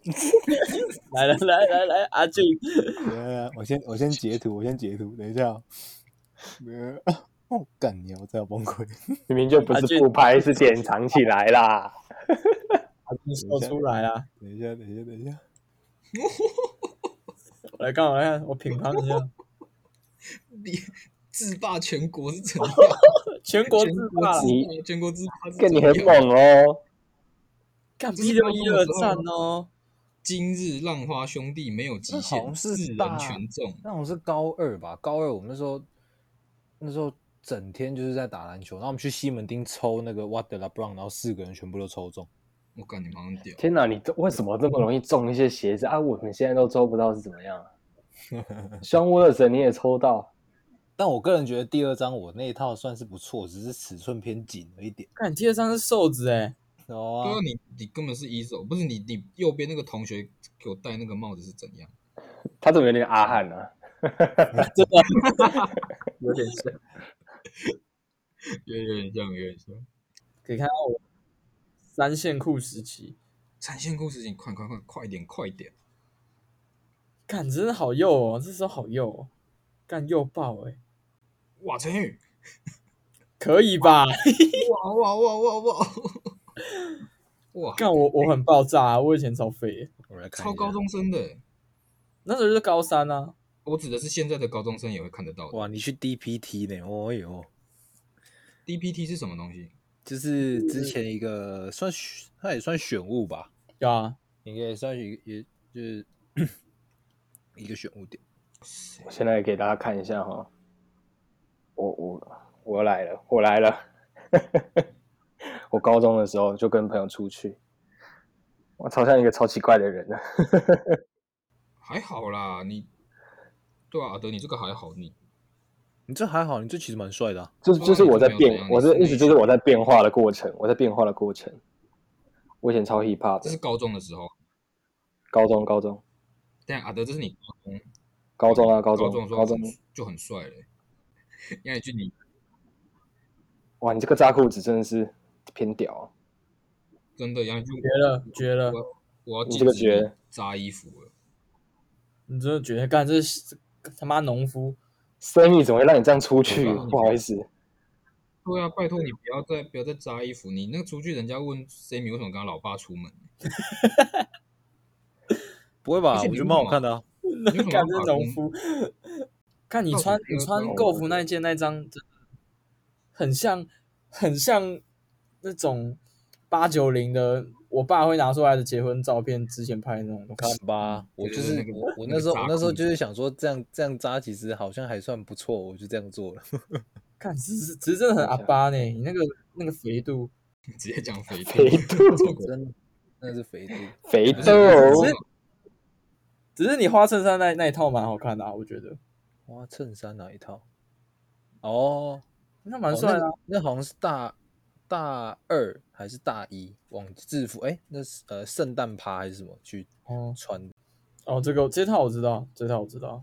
[SPEAKER 1] 来来来来来，阿俊，
[SPEAKER 2] 等一下我先我先截图，我先截图，等一下哦。呃哦，干你啊！我真要崩溃。
[SPEAKER 4] 明明就不
[SPEAKER 1] 啊
[SPEAKER 4] 是
[SPEAKER 1] 就
[SPEAKER 4] 不拍，是典藏起来啦。
[SPEAKER 1] 阿俊秀出来啊，
[SPEAKER 2] 等一下，等一下，等一下。
[SPEAKER 1] 我来干嘛呀？我品尝一 下，
[SPEAKER 3] 你 自霸全国是怎样？
[SPEAKER 1] 全国自霸啦，
[SPEAKER 4] 你
[SPEAKER 3] 全国自霸是
[SPEAKER 4] 跟
[SPEAKER 3] 怎
[SPEAKER 4] 你
[SPEAKER 3] 样，
[SPEAKER 4] 很猛哦，
[SPEAKER 1] 干
[SPEAKER 3] 这是
[SPEAKER 1] 逼六
[SPEAKER 3] 高中
[SPEAKER 1] 一
[SPEAKER 3] 的
[SPEAKER 1] 二
[SPEAKER 3] 时候
[SPEAKER 1] 战
[SPEAKER 3] 吗
[SPEAKER 1] 哦。
[SPEAKER 3] 今日浪花兄弟没有极
[SPEAKER 2] 这好
[SPEAKER 3] 限，
[SPEAKER 2] 像是
[SPEAKER 3] 四人
[SPEAKER 2] 大
[SPEAKER 3] 全中。
[SPEAKER 2] 那我是高二吧，高二我们那时候那时候整天就是在打篮球，然后我们去西门町抽那个 What the LeBron，然后四个人全部都抽中。
[SPEAKER 3] 我感觉好像屌，
[SPEAKER 4] 天哪，你这为什么这么容易中一些鞋子啊？我们现在都抽不到是怎么样 啊？双威尔神你也抽到，
[SPEAKER 2] 但我个人觉得第二张我那一套算是不错，只是尺寸偏紧了一点。
[SPEAKER 1] 看第二张是瘦子哎、
[SPEAKER 2] 哦、
[SPEAKER 3] 对
[SPEAKER 2] 啊
[SPEAKER 3] 啊，，你你根本是一手，不是你你右边那个同学给我戴那个帽子是怎样？
[SPEAKER 4] 他怎么有点阿汉呢、啊？
[SPEAKER 1] 真的有点像。
[SPEAKER 3] 有有点像，有点像。
[SPEAKER 1] 可以看到我三线裤时期，
[SPEAKER 3] 闪现故事情，快快快，快点快点！
[SPEAKER 1] 干真的好幼哦，这时候好幼、哦，干幼爆哎、
[SPEAKER 3] 哇，陈宇，
[SPEAKER 1] 可以吧？
[SPEAKER 3] 哇哇哇哇哇！哇，
[SPEAKER 1] 干我我很爆炸、啊，我以前超废欸、
[SPEAKER 2] 我来看一
[SPEAKER 3] 超
[SPEAKER 2] 下
[SPEAKER 3] 高。中生的欸，
[SPEAKER 1] 那时候就是高三啊，
[SPEAKER 3] 我指的是现在的高中生也会看得到的。
[SPEAKER 2] 哇，你去 DPT 呢？哦哟，
[SPEAKER 3] DPT 是什么东西？
[SPEAKER 2] 就是之前一个算选，它也算选物吧，
[SPEAKER 1] 对啊，
[SPEAKER 2] 应该也算是一个，也就是 一个选物点。
[SPEAKER 4] 我现在给大家看一下哈、我我我来了，我来了。我高中的时候就跟朋友出去，我超像一个超奇怪的人啊。
[SPEAKER 3] 还好啦，你对啊，阿德，你这个还好，你
[SPEAKER 2] 你这还好，你这其实蛮帅的、啊。
[SPEAKER 4] 就是就是我在变，
[SPEAKER 3] 哦你是没有
[SPEAKER 4] 我的
[SPEAKER 3] 怎样你是
[SPEAKER 4] 意思就是我在变化的过程，我在变化的过程。我以前超 hip hop
[SPEAKER 3] 这是
[SPEAKER 4] 的，
[SPEAKER 3] 高中的时候。
[SPEAKER 4] 高中高中
[SPEAKER 3] 但阿德，这是你高中
[SPEAKER 4] 高中啊
[SPEAKER 3] 高
[SPEAKER 4] 高中
[SPEAKER 3] 中的时候
[SPEAKER 4] 高中，
[SPEAKER 3] 就很帅了 欸。杨宇俊，你
[SPEAKER 4] 哇，你这个扎裤子真的是偏屌、啊，
[SPEAKER 3] 真的杨宇俊，
[SPEAKER 1] 绝了绝了，
[SPEAKER 3] 我我要
[SPEAKER 4] 你
[SPEAKER 3] 禁
[SPEAKER 4] 这个
[SPEAKER 3] 止
[SPEAKER 4] 绝
[SPEAKER 3] 你扎衣服了。
[SPEAKER 1] 你真的觉得干这是这他妈农夫，
[SPEAKER 4] 生意怎么会让你这样出去？
[SPEAKER 3] 我告诉你
[SPEAKER 4] 不好意思，
[SPEAKER 3] 对啊，拜托你不要再不要再扎衣服，你那出去人家问 Sammy 为什么跟他老爸 出门，
[SPEAKER 2] 不会吧？
[SPEAKER 3] 而
[SPEAKER 2] 我
[SPEAKER 3] 且你
[SPEAKER 2] 觉得
[SPEAKER 3] 为
[SPEAKER 2] 蛮好
[SPEAKER 3] 什么
[SPEAKER 2] 看的啊。
[SPEAKER 3] 你为什么要
[SPEAKER 1] 干这
[SPEAKER 3] 打
[SPEAKER 1] 农
[SPEAKER 3] 工？
[SPEAKER 1] 夫，看你
[SPEAKER 3] 到底
[SPEAKER 1] 穿
[SPEAKER 3] 这
[SPEAKER 1] 你
[SPEAKER 3] 个
[SPEAKER 1] 穿
[SPEAKER 3] 高
[SPEAKER 1] 购服那一件那张，真的很像很像那种八九零的，我爸会拿出来的结婚照片之前拍的那种东
[SPEAKER 2] 看
[SPEAKER 1] 西。
[SPEAKER 2] 吧，我
[SPEAKER 3] 就
[SPEAKER 2] 就是是
[SPEAKER 3] 那个
[SPEAKER 2] 我，我
[SPEAKER 3] 那
[SPEAKER 2] 那
[SPEAKER 3] 个
[SPEAKER 2] 时候
[SPEAKER 3] 扎
[SPEAKER 2] 我那时候
[SPEAKER 3] 裤
[SPEAKER 2] 就
[SPEAKER 3] 子
[SPEAKER 2] 是想说，这样这样扎其实好像还算不错，我就这样做了。
[SPEAKER 1] 看，只是只是真的很阿巴呢，你那个那个肥度，
[SPEAKER 3] 直接讲肥
[SPEAKER 4] 肥肚
[SPEAKER 3] 做 过
[SPEAKER 2] 真的，那是肥度。
[SPEAKER 4] 肥
[SPEAKER 3] 不
[SPEAKER 4] 豆
[SPEAKER 3] 是不是
[SPEAKER 1] 只是你花衬衫那那一套蛮好看的、啊，我觉得
[SPEAKER 2] 哇，衬衫哪一套？哦，
[SPEAKER 1] 那蛮
[SPEAKER 2] 哦
[SPEAKER 1] 帅的啊、
[SPEAKER 2] 那那好像是大大二还是大一，往制服哎、那是呃圣诞趴还是什么去
[SPEAKER 1] 哦
[SPEAKER 2] 穿的？
[SPEAKER 1] 哦，这个这套我知道，这套我知道。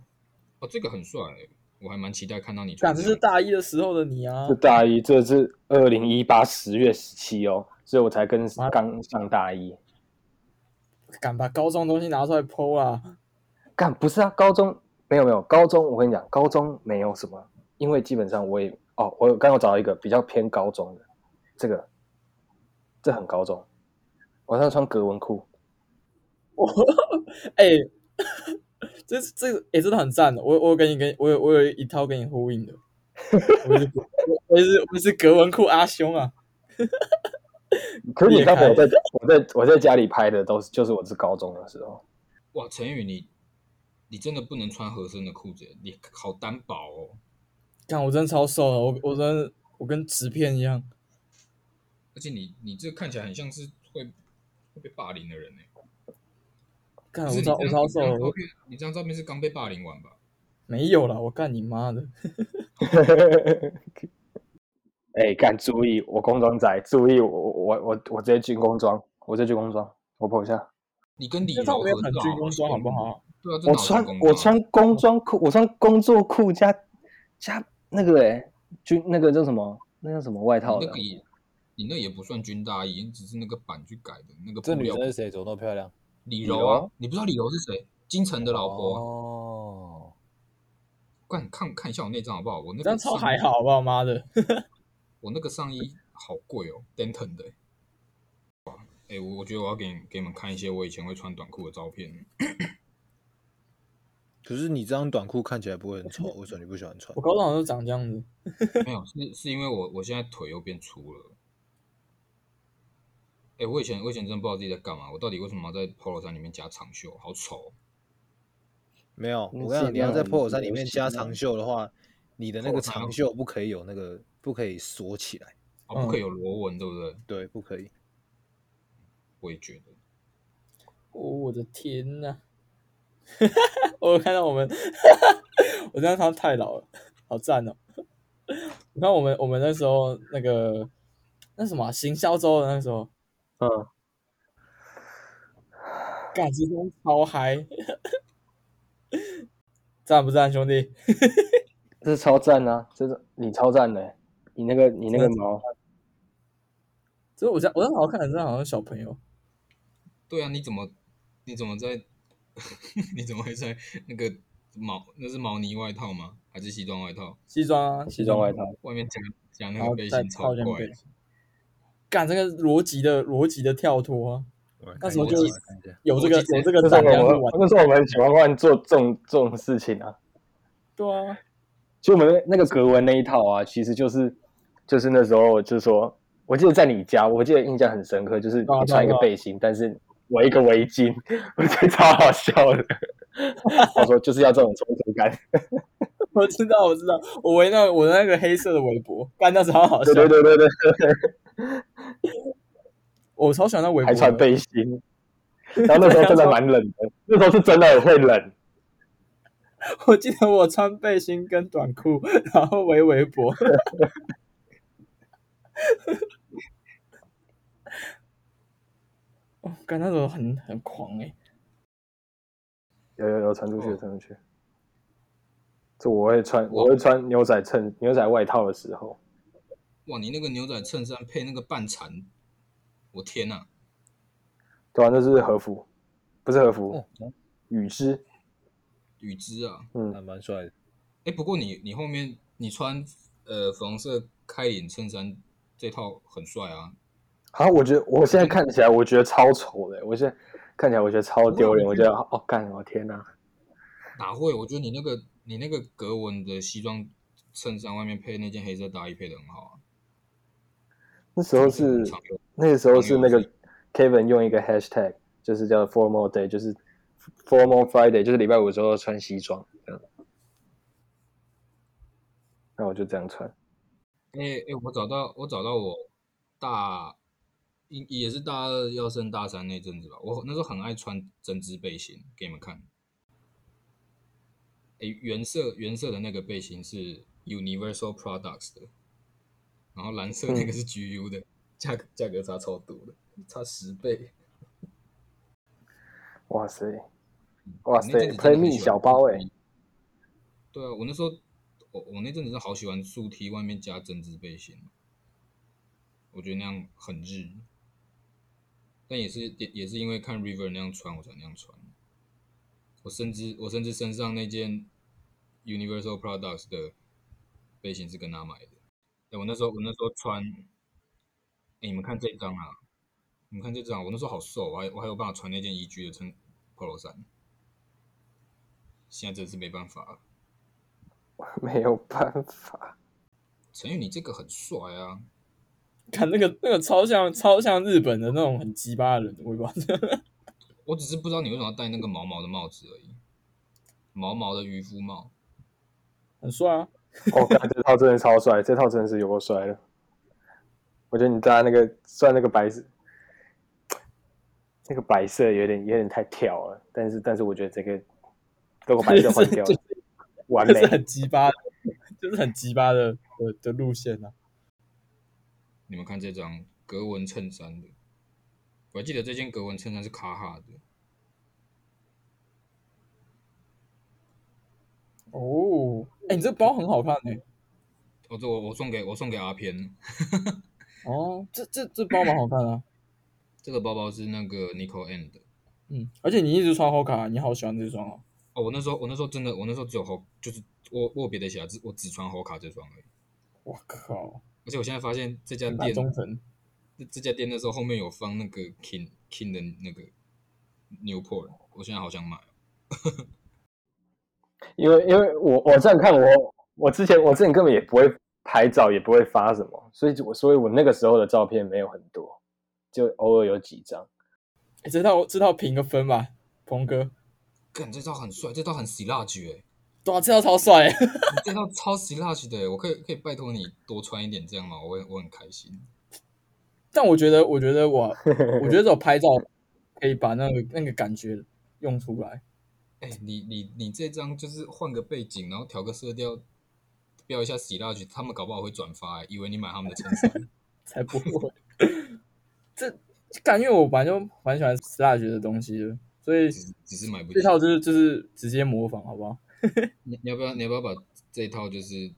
[SPEAKER 3] 哦，这个很帅欸，我还蛮期待看到你穿
[SPEAKER 1] 感
[SPEAKER 3] 这
[SPEAKER 1] 这
[SPEAKER 3] 样。
[SPEAKER 1] 是大一的时候的你啊
[SPEAKER 4] 这，大一，这是二零一八十月十七哦，所以我才跟
[SPEAKER 1] 妈
[SPEAKER 4] 刚上大一。
[SPEAKER 1] 敢把高中的东西拿出来剖啊！
[SPEAKER 4] 干不是啊，高中没有没有，高中我跟你讲，高中没有什么，因为基本上我也哦，我有刚好找到一个比较偏高中的，这个这很高中，晚上穿格纹裤，
[SPEAKER 1] 哎、 这这哎、真的很赞的。我我有跟你跟我有我有一套跟你呼应的，我是 我我是我是格文库阿兄啊，
[SPEAKER 4] 可是你看
[SPEAKER 1] 厉害
[SPEAKER 4] 我在我在我在家里拍的都是就是我是高中的时 候，
[SPEAKER 3] 哇，陈宇你你真的不能穿合身的裤子，你好单薄哦，
[SPEAKER 1] 看我真的超瘦了，我我真的我跟纸片一样。
[SPEAKER 3] 而且你你这看起来很像是会会被霸凌的人呢、
[SPEAKER 1] 看
[SPEAKER 3] 不
[SPEAKER 1] 我
[SPEAKER 3] 是你
[SPEAKER 1] 超
[SPEAKER 3] 这
[SPEAKER 1] 我超瘦
[SPEAKER 3] 张你这张
[SPEAKER 1] 了，
[SPEAKER 3] 照
[SPEAKER 1] 我
[SPEAKER 3] 片，你这张照片是刚被霸凌完吧？
[SPEAKER 1] 没有啦，我干你妈的！
[SPEAKER 4] 哎，干注意我工装仔，注意我我我我直接军工装，我直接军工装，我碰一下，
[SPEAKER 3] 你跟李
[SPEAKER 1] 这
[SPEAKER 3] 柔
[SPEAKER 1] 张我没有
[SPEAKER 3] 合
[SPEAKER 1] 很
[SPEAKER 3] 照
[SPEAKER 1] 军工装好不？啊好？
[SPEAKER 3] 对啊，这
[SPEAKER 4] 我
[SPEAKER 3] 哪有
[SPEAKER 4] 穿
[SPEAKER 3] 军工
[SPEAKER 4] 我
[SPEAKER 3] 装
[SPEAKER 4] 穿工装裤，我穿工作裤加加那个哎、军那个叫什么？那叫什么外套
[SPEAKER 3] 你那
[SPEAKER 4] 的
[SPEAKER 3] 个？也，你那也不算军大衣，只是那个版去改的那个布
[SPEAKER 2] 这女
[SPEAKER 3] 料
[SPEAKER 2] 生。是谁？怎么那么漂亮？
[SPEAKER 3] 李
[SPEAKER 4] 柔
[SPEAKER 3] 柔
[SPEAKER 4] 啊
[SPEAKER 3] 啊，你不知道李柔是谁？金城的老婆啊。
[SPEAKER 2] 哦，
[SPEAKER 3] 看看看一下我那张好不好？我那
[SPEAKER 1] 这张
[SPEAKER 3] 个
[SPEAKER 1] 超
[SPEAKER 3] 上
[SPEAKER 1] 还
[SPEAKER 3] 衣，
[SPEAKER 1] 好，好嗯不好？妈的，
[SPEAKER 3] 我那个上衣好贵哦，Denton 的欸。哎、我我觉得我要给你给你们看一些我以前会穿短裤的照片。
[SPEAKER 2] 可是你这张短裤看起来不会很丑，为什么你不喜欢穿
[SPEAKER 1] 我？高中好像就长这样子。
[SPEAKER 3] 没有，是是因为我我现在腿又变粗了。哎、我以前我以前真的不知道自己在干嘛，我到底为什么要在 polo 衫里面加长袖？好丑哦！
[SPEAKER 2] 没有，
[SPEAKER 4] 那
[SPEAKER 2] 我跟你
[SPEAKER 4] 是
[SPEAKER 2] 讲，你要
[SPEAKER 4] 那
[SPEAKER 2] 在
[SPEAKER 4] 种
[SPEAKER 2] polo 衫里
[SPEAKER 4] 流
[SPEAKER 2] 面
[SPEAKER 4] 行
[SPEAKER 2] 加
[SPEAKER 4] 的
[SPEAKER 2] 长袖的话，你的那
[SPEAKER 3] polo
[SPEAKER 2] 个
[SPEAKER 3] 衫
[SPEAKER 2] 长袖不可以有那个，不可以锁起来，
[SPEAKER 3] 哦，不可以
[SPEAKER 1] 嗯
[SPEAKER 3] 有螺纹，对不对？
[SPEAKER 2] 对，不可以。
[SPEAKER 3] 我也觉得。
[SPEAKER 1] 哦我的天呐、 我有看到我们， 我这样他太老了，好赞哦！ 你看我们我们那时候那个那什么啊、行销周的那时候，
[SPEAKER 4] 嗯，
[SPEAKER 1] 干这张超嗨， 赞不赞，兄弟？
[SPEAKER 4] 这是超赞啊！这是你超赞的欸、你那个你那个
[SPEAKER 1] 真的
[SPEAKER 4] 毛，
[SPEAKER 1] 这我这我那好看，真的好像小朋友。
[SPEAKER 3] 对啊，你怎么你怎么在 你怎么会在那个毛那是毛呢外套吗？还是西装外套？
[SPEAKER 1] 西装啊，
[SPEAKER 4] 西装外套，
[SPEAKER 3] 外面加加那
[SPEAKER 1] 然
[SPEAKER 3] 个
[SPEAKER 1] 后
[SPEAKER 3] 背
[SPEAKER 1] 再
[SPEAKER 3] 心超
[SPEAKER 1] 哦套件
[SPEAKER 3] 怪
[SPEAKER 1] 背，心，干这个逻辑的逻辑的跳脱、啊，
[SPEAKER 2] 我来
[SPEAKER 1] 那
[SPEAKER 2] 看
[SPEAKER 1] 时
[SPEAKER 2] 一
[SPEAKER 1] 候
[SPEAKER 2] 下
[SPEAKER 1] 就
[SPEAKER 2] 我来看一下
[SPEAKER 1] 有这个
[SPEAKER 3] 逻辑才
[SPEAKER 1] 有这个
[SPEAKER 4] 这是
[SPEAKER 1] 胆量去
[SPEAKER 4] 我
[SPEAKER 1] 玩
[SPEAKER 4] 们，那是我们很喜欢乱做这种这种事情啊。
[SPEAKER 1] 对啊，
[SPEAKER 4] 就我们那个格纹那一套啊，其实就是就是那时候就是说，我记得在你家，我记得印象很深刻，就是
[SPEAKER 1] 啊
[SPEAKER 4] 你穿一个
[SPEAKER 1] 对啊
[SPEAKER 4] 背心，但是围一个围巾， 我觉得超好笑 的。他说就是要这种冲突感，
[SPEAKER 1] 我知道，我知道，我围那我的那个黑色的围脖，干那超好笑
[SPEAKER 4] 对，对对对对，
[SPEAKER 1] 我超喜欢那围脖
[SPEAKER 4] 还
[SPEAKER 1] 的，
[SPEAKER 4] 穿背心。然后那时候真的蛮冷的，那时候是真的很会冷。
[SPEAKER 1] 我记得我穿背心跟短裤，然后围围脖， 哦，干那种很很狂哎、
[SPEAKER 4] 有有有传出去，传出去。这我会穿，哦我会穿牛仔衬、牛仔外套的时候，
[SPEAKER 3] 哇！你那个牛仔衬衫配那个半缠，我天呐、
[SPEAKER 4] 对啊，那是和服，不是和服
[SPEAKER 2] 哦，，
[SPEAKER 4] 羽织。
[SPEAKER 3] 雨之啊！
[SPEAKER 4] 嗯
[SPEAKER 2] 还，蛮帅的。
[SPEAKER 3] 哎、不过你你后面你穿呃粉红色开领衬衫这套很帅啊，
[SPEAKER 4] 好，我觉得我现在看起来，我觉得超丑的。我现在看起来，我觉得超丢脸。
[SPEAKER 3] 不
[SPEAKER 4] 我
[SPEAKER 3] 会
[SPEAKER 4] 觉得，哦，干，我天哪！
[SPEAKER 3] 哪会？我觉得你那个你那个格纹的西装衬衫外面配那件黑色大衣配的很好啊。
[SPEAKER 4] 那时候
[SPEAKER 3] 这个
[SPEAKER 4] 是
[SPEAKER 3] 很常用
[SPEAKER 4] 那个时候是那
[SPEAKER 3] 网
[SPEAKER 4] 个
[SPEAKER 3] 友
[SPEAKER 4] Kevin 用一个 hashtag，就是叫 formal day，就是 formal Friday，就是礼拜五的时候穿西装这样。那我就这样穿。
[SPEAKER 3] 哎、欸、哎、我找到我找到我大应也是大二要升大三那阵子吧，我那时候很爱穿针织背心，给你们看。哎、原色原色的那个背心是 Universal Products 的，然后蓝色那个是 GU 的，价格价格差超多的，差十倍。
[SPEAKER 4] 哇塞，哇
[SPEAKER 3] 我
[SPEAKER 4] 塞
[SPEAKER 3] 嗯那阵子真的
[SPEAKER 4] ，Play
[SPEAKER 3] 很
[SPEAKER 4] Me
[SPEAKER 3] 喜欢
[SPEAKER 4] 小包哎、
[SPEAKER 3] 对啊，我那时候我我那阵子是好喜欢素 T 外面加针织背心，我觉得那样很日。但也是也也是因为看 River 那样穿，我才那样穿。我甚至我甚至身上那件 Universal Products 的背心是跟他买的。对我那时候我那时候穿，哎，你们看这一张啊，你们看这张，我那时候好瘦，我还我还有办法穿那件 EG 的衬 polo 衫。现在真是没办法了。
[SPEAKER 4] 没有办法。
[SPEAKER 3] 陈宇，你这个很帅啊！
[SPEAKER 1] 看那个那个超像超像日本的那种很鸡巴的人，我也不知道。
[SPEAKER 3] 我只是不知道你为什么要戴那个毛毛的帽子而已，毛毛的渔夫帽。
[SPEAKER 1] 很帅啊！
[SPEAKER 4] 哦，干这套真的超帅，这套真的是有够帅的。我觉得你搭那个算那个白色，那个白色有点有点太跳了，但是但是我觉得这个这个白色换 掉
[SPEAKER 1] 就
[SPEAKER 4] 了
[SPEAKER 1] 是，
[SPEAKER 4] 完
[SPEAKER 1] 就
[SPEAKER 4] 美
[SPEAKER 1] 是。很鸡巴的， 就是很鸡巴的的的路线啊。
[SPEAKER 3] 你们看这张格纹衬衫的，我还记得这件格纹衬衫是卡哈的，
[SPEAKER 1] 哦，哎，你这包很好看哎、
[SPEAKER 3] 我哦这我我送给我送给阿偏，
[SPEAKER 1] 哦，这这这包蛮好看的啊、
[SPEAKER 3] 这个包包是那个 Nico N 的。
[SPEAKER 1] 嗯，而且你一直穿 Hoka，你好喜欢这双哦。
[SPEAKER 3] 哦，我那时候我那时候真的我那时候只有猴，就是我我有别的鞋啊，只我只穿猴卡这双而已。
[SPEAKER 1] 我靠，
[SPEAKER 3] 而且我现在发现这家
[SPEAKER 1] 蛮
[SPEAKER 3] 店，
[SPEAKER 1] 忠诚。
[SPEAKER 3] 这这家店那时候后面有放那个 King King 的那个 Newport，我现在好想买哦。
[SPEAKER 4] 因为因为我我这样看我我之前我之前根本也不会拍照，也不会发什么，所以就我所以我那个时候的照片没有很多，就偶尔有几张。
[SPEAKER 1] 哎，这套这套评个分吧，鹏哥。
[SPEAKER 3] 干，这套很帅，这套很 s i l a g e 哎、
[SPEAKER 1] 哇，这套超帅 欸！
[SPEAKER 3] 你这套超 s i l a g e 的、欸，我可以可以拜托你多穿一点这样吗？我也我很开心。
[SPEAKER 1] 但我觉得，我觉得我，我觉得我拍照可以把那个那个感觉用出来。
[SPEAKER 3] 哎、你你你这张就是换个背景，然后调个色调，标一下 s i l a g e 他们搞不好会转发、欸，以为你买他们的衬衫。
[SPEAKER 1] 才不会。 这感觉我本来就蛮喜欢 s l a s 的东西的，所以
[SPEAKER 3] 只是只是买不起
[SPEAKER 1] 这。套就是就是直接模仿，好不 好？
[SPEAKER 3] 你你要不要你要不要把这一套就是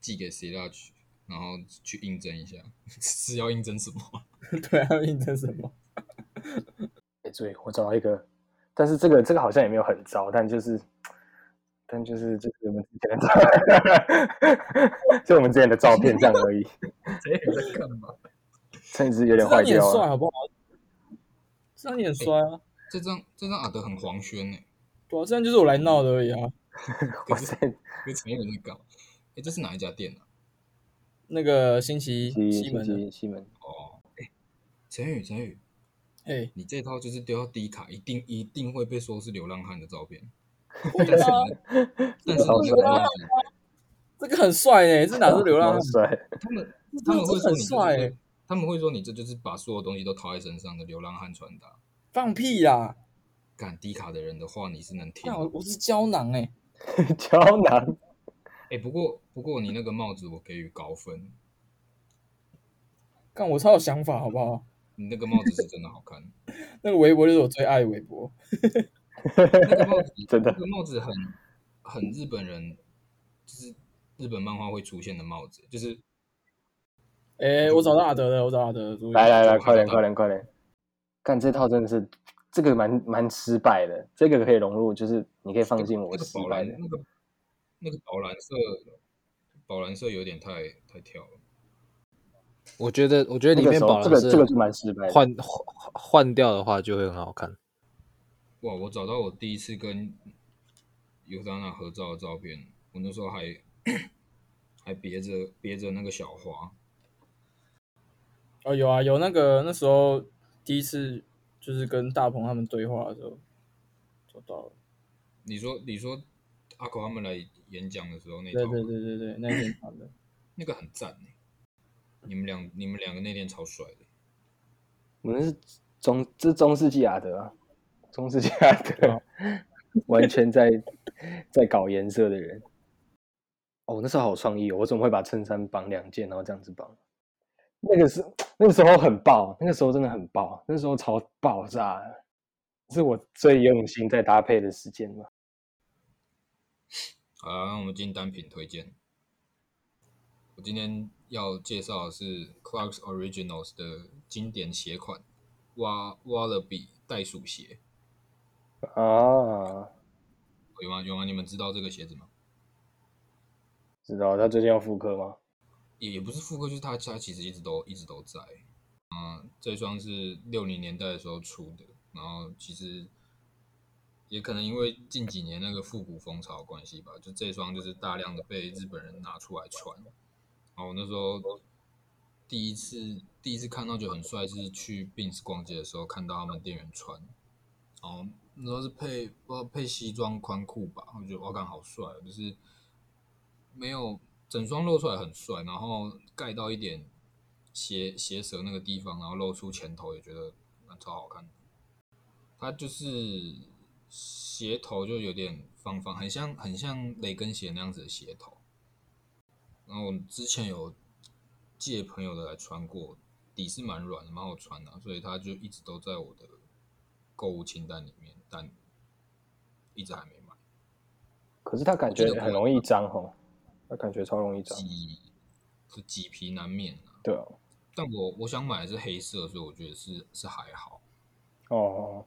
[SPEAKER 3] 寄给 s i l a g e 然后去应征一下？ 是要应征什么？
[SPEAKER 1] 对啊，要印证什么？
[SPEAKER 4] 哎，对，我找到一个，但是这个这个好像也没有很糟，但就是但就是就是我们之前的照， 就我们之前的照片这样而已，
[SPEAKER 3] 谁在干嘛？
[SPEAKER 4] 甚至有点
[SPEAKER 1] 这张
[SPEAKER 4] 坏
[SPEAKER 1] 你很
[SPEAKER 4] 掉啊哎
[SPEAKER 1] 帅，
[SPEAKER 4] 了。
[SPEAKER 1] 好不好？这张你很帅啊，
[SPEAKER 3] 这张这张阿德很黄轩哎、
[SPEAKER 1] 对啊，这张就是我来闹的而已啊。
[SPEAKER 4] 哇塞，
[SPEAKER 3] 跟陈友在搞。哎、这是哪一家店啊？
[SPEAKER 1] 那个星期
[SPEAKER 4] 西
[SPEAKER 1] 七门啊的，
[SPEAKER 4] 西西门，
[SPEAKER 3] 哦，哎、陈宇陈宇，
[SPEAKER 1] 嘿，
[SPEAKER 3] 你这套就是丢到低卡，一定一定会被说是流浪汉的 照片。
[SPEAKER 1] 会
[SPEAKER 3] 但是
[SPEAKER 1] 啊
[SPEAKER 3] 你的，但是你那个样子，
[SPEAKER 1] 这个很帅哎，这哪是流浪汉
[SPEAKER 4] 蛮？帅，
[SPEAKER 3] 他们
[SPEAKER 1] 这
[SPEAKER 3] 他们会
[SPEAKER 1] 这
[SPEAKER 3] 说
[SPEAKER 1] 很
[SPEAKER 3] 你这就是
[SPEAKER 1] 帅哎，
[SPEAKER 3] 他们会说你这就是把所有东西都套在身上的流浪汉穿搭。
[SPEAKER 1] 放屁啦！
[SPEAKER 3] 干低卡的人的话，你是能听
[SPEAKER 1] 看。我我是胶囊哎，
[SPEAKER 4] 胶
[SPEAKER 1] 嗯
[SPEAKER 4] 囊。
[SPEAKER 3] 哎、不过不过你那个帽子我给予高分，
[SPEAKER 1] 看我超有想法，好不好？
[SPEAKER 3] 你那个帽子是真的好 看。
[SPEAKER 1] 那个围脖就是我最爱的围脖，
[SPEAKER 3] 那个 帽子
[SPEAKER 4] 真的
[SPEAKER 3] 那个帽子很很日本人，就是日本漫画会出现的帽子，就是
[SPEAKER 1] 哎，我找到阿德了，我找阿德了，终于
[SPEAKER 4] 来来来，
[SPEAKER 3] 就
[SPEAKER 4] 快点
[SPEAKER 3] 看到
[SPEAKER 4] 快点快点！干这套真的是这个蛮蛮失败的，这个可以融入，就是你可以放进我
[SPEAKER 3] 那个
[SPEAKER 4] 失
[SPEAKER 3] 宝
[SPEAKER 4] 败
[SPEAKER 3] 蓝
[SPEAKER 4] 的。
[SPEAKER 3] 那个那个宝蓝色，宝蓝色有点太太跳了。
[SPEAKER 2] 我觉得，我觉得
[SPEAKER 4] 这
[SPEAKER 2] 里
[SPEAKER 4] 个
[SPEAKER 2] 面
[SPEAKER 4] 时候
[SPEAKER 2] 宝
[SPEAKER 4] 这
[SPEAKER 2] 蓝
[SPEAKER 4] 个
[SPEAKER 2] 色
[SPEAKER 4] 这个就蛮失败的。
[SPEAKER 2] 换换换掉的话就会很好看。
[SPEAKER 3] 哇！我找到我第一次跟尤丹娜合照的照片，我那时候还 还别着别着那个小花，
[SPEAKER 1] 哦，有啊，有那个那时候第一次就是跟大鹏他们对话的时候找到了，
[SPEAKER 3] 你说你说阿狗他们来演讲的时候那
[SPEAKER 1] 对
[SPEAKER 3] 套，
[SPEAKER 1] 对对对对，那天他 的，
[SPEAKER 3] 那个很赞欸你们两你们两个那天超帅的，
[SPEAKER 4] 我们是中这是中世纪亚德啊，中世纪亚
[SPEAKER 1] 对
[SPEAKER 4] 德
[SPEAKER 1] 啊，
[SPEAKER 4] 完全在在搞颜色的人。哦，那时候好有创意、哦，我怎么会把衬衫绑两件，然后这样子绑？那个是那个时候很爆，那个时候真的很爆，那时候超爆炸的，是我最用心在搭配的时间嘛。
[SPEAKER 3] 好啦，那我们进单品推荐。我今天要介绍的是 Clarks Originals 的经典鞋款挖挖了比袋鼠鞋，
[SPEAKER 4] 啊，
[SPEAKER 3] 有吗？有吗？你们知道这个鞋子吗？
[SPEAKER 4] 知道他最近要复刻吗？
[SPEAKER 3] 也也不是复刻，就是它它其实一直都一直都在。嗯，这双是六零年代的时候出的，然后其实也可能因为近几年那个复古风潮的关系吧，就这双就是大量的被日本人拿出来穿。然后我那时候第一次第一次看到就很帅，是去 Bins 逛街的时候看到他们店员穿，然后哦那时候是配不知道配西装宽裤吧，我觉得哇，感好帅哦，就是没有整双露出来很帅，然后盖到一点斜斜舌那个地方，然后露出前头也觉得蛮超好看的。它就是鞋头就有点方方，很像很像雷根鞋那样子的鞋头。然后我之前有借朋友的来穿过，底是蛮软的，蛮好穿的啊、所以它就一直都在我的购物清单里面，但一直还没买。
[SPEAKER 4] 可是他感觉
[SPEAKER 3] 我记得
[SPEAKER 4] 很容易脏哦，他感觉超容易脏。
[SPEAKER 3] 几是几皮难免啊。
[SPEAKER 4] 对啊，
[SPEAKER 3] 但我我想买的是黑色，所以我觉得是是还好，
[SPEAKER 4] 哦，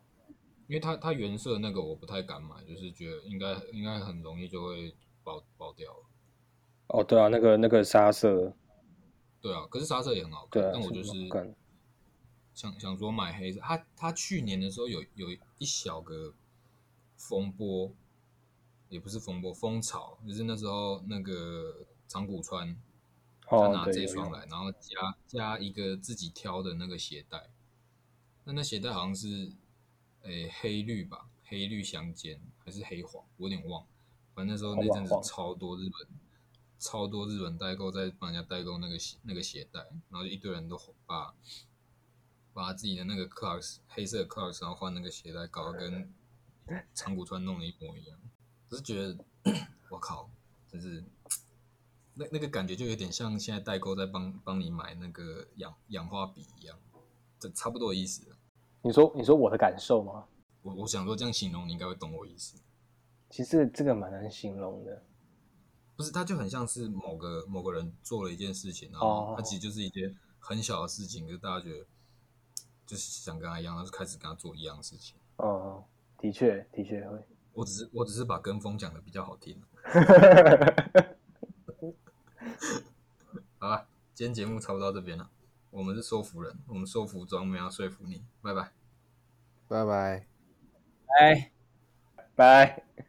[SPEAKER 3] 因为它它原色那个我不太敢买，就是觉得应该应该很容易就会爆爆掉了。
[SPEAKER 4] 哦，对啊，那个那个沙色，
[SPEAKER 3] 对啊，可是沙色也很好看，
[SPEAKER 4] 对啊，
[SPEAKER 3] 但我就是
[SPEAKER 4] 很好看
[SPEAKER 3] 想想说买黑色，他他去年的时候有有一小个风波，也不是风波，风潮，就是那时候那个长谷川他
[SPEAKER 4] 哦，
[SPEAKER 3] 拿
[SPEAKER 4] 对，
[SPEAKER 3] 这
[SPEAKER 4] 有
[SPEAKER 3] 双
[SPEAKER 4] 用
[SPEAKER 3] 来，然后加加一个自己挑的那个鞋带，那那鞋带好像是诶、黑绿吧，黑绿相间还是黑黄，我有点忘了。反正那时候
[SPEAKER 4] 黄
[SPEAKER 3] 那阵子
[SPEAKER 4] 黄
[SPEAKER 3] 超多日本，超多日本代购在帮人家代购那个鞋那个鞋带，然后就一堆人都把把自己的那个 Clarks 黑色的 Clarks，然后换那个鞋带，搞得跟长谷川弄的一模一样。只是觉得，我靠，就是那那个感觉就有点像现在代购在帮帮你买那个氧氧化笔一样，这差不多的意思啊。
[SPEAKER 4] 你说你说我的感受吗？
[SPEAKER 3] 我我想说这样形容你应该会懂我意思，
[SPEAKER 4] 其实这个这个蛮难形容的。
[SPEAKER 3] 不是？它就很像是某个某个人做了一件事情，然后
[SPEAKER 4] 哦
[SPEAKER 3] 它其实就是一件很小的事情，可是大家觉得就是想跟他一样，然后就开始跟他做一样的事情。
[SPEAKER 4] 哦，的确的确会。
[SPEAKER 3] 我只是我只是把跟风讲的比较好听。 好了，今天节目差不多到这边了。我们是说服人，我们说服装，没有要说服你。拜拜。
[SPEAKER 2] 拜拜。
[SPEAKER 1] 哎。
[SPEAKER 4] 拜。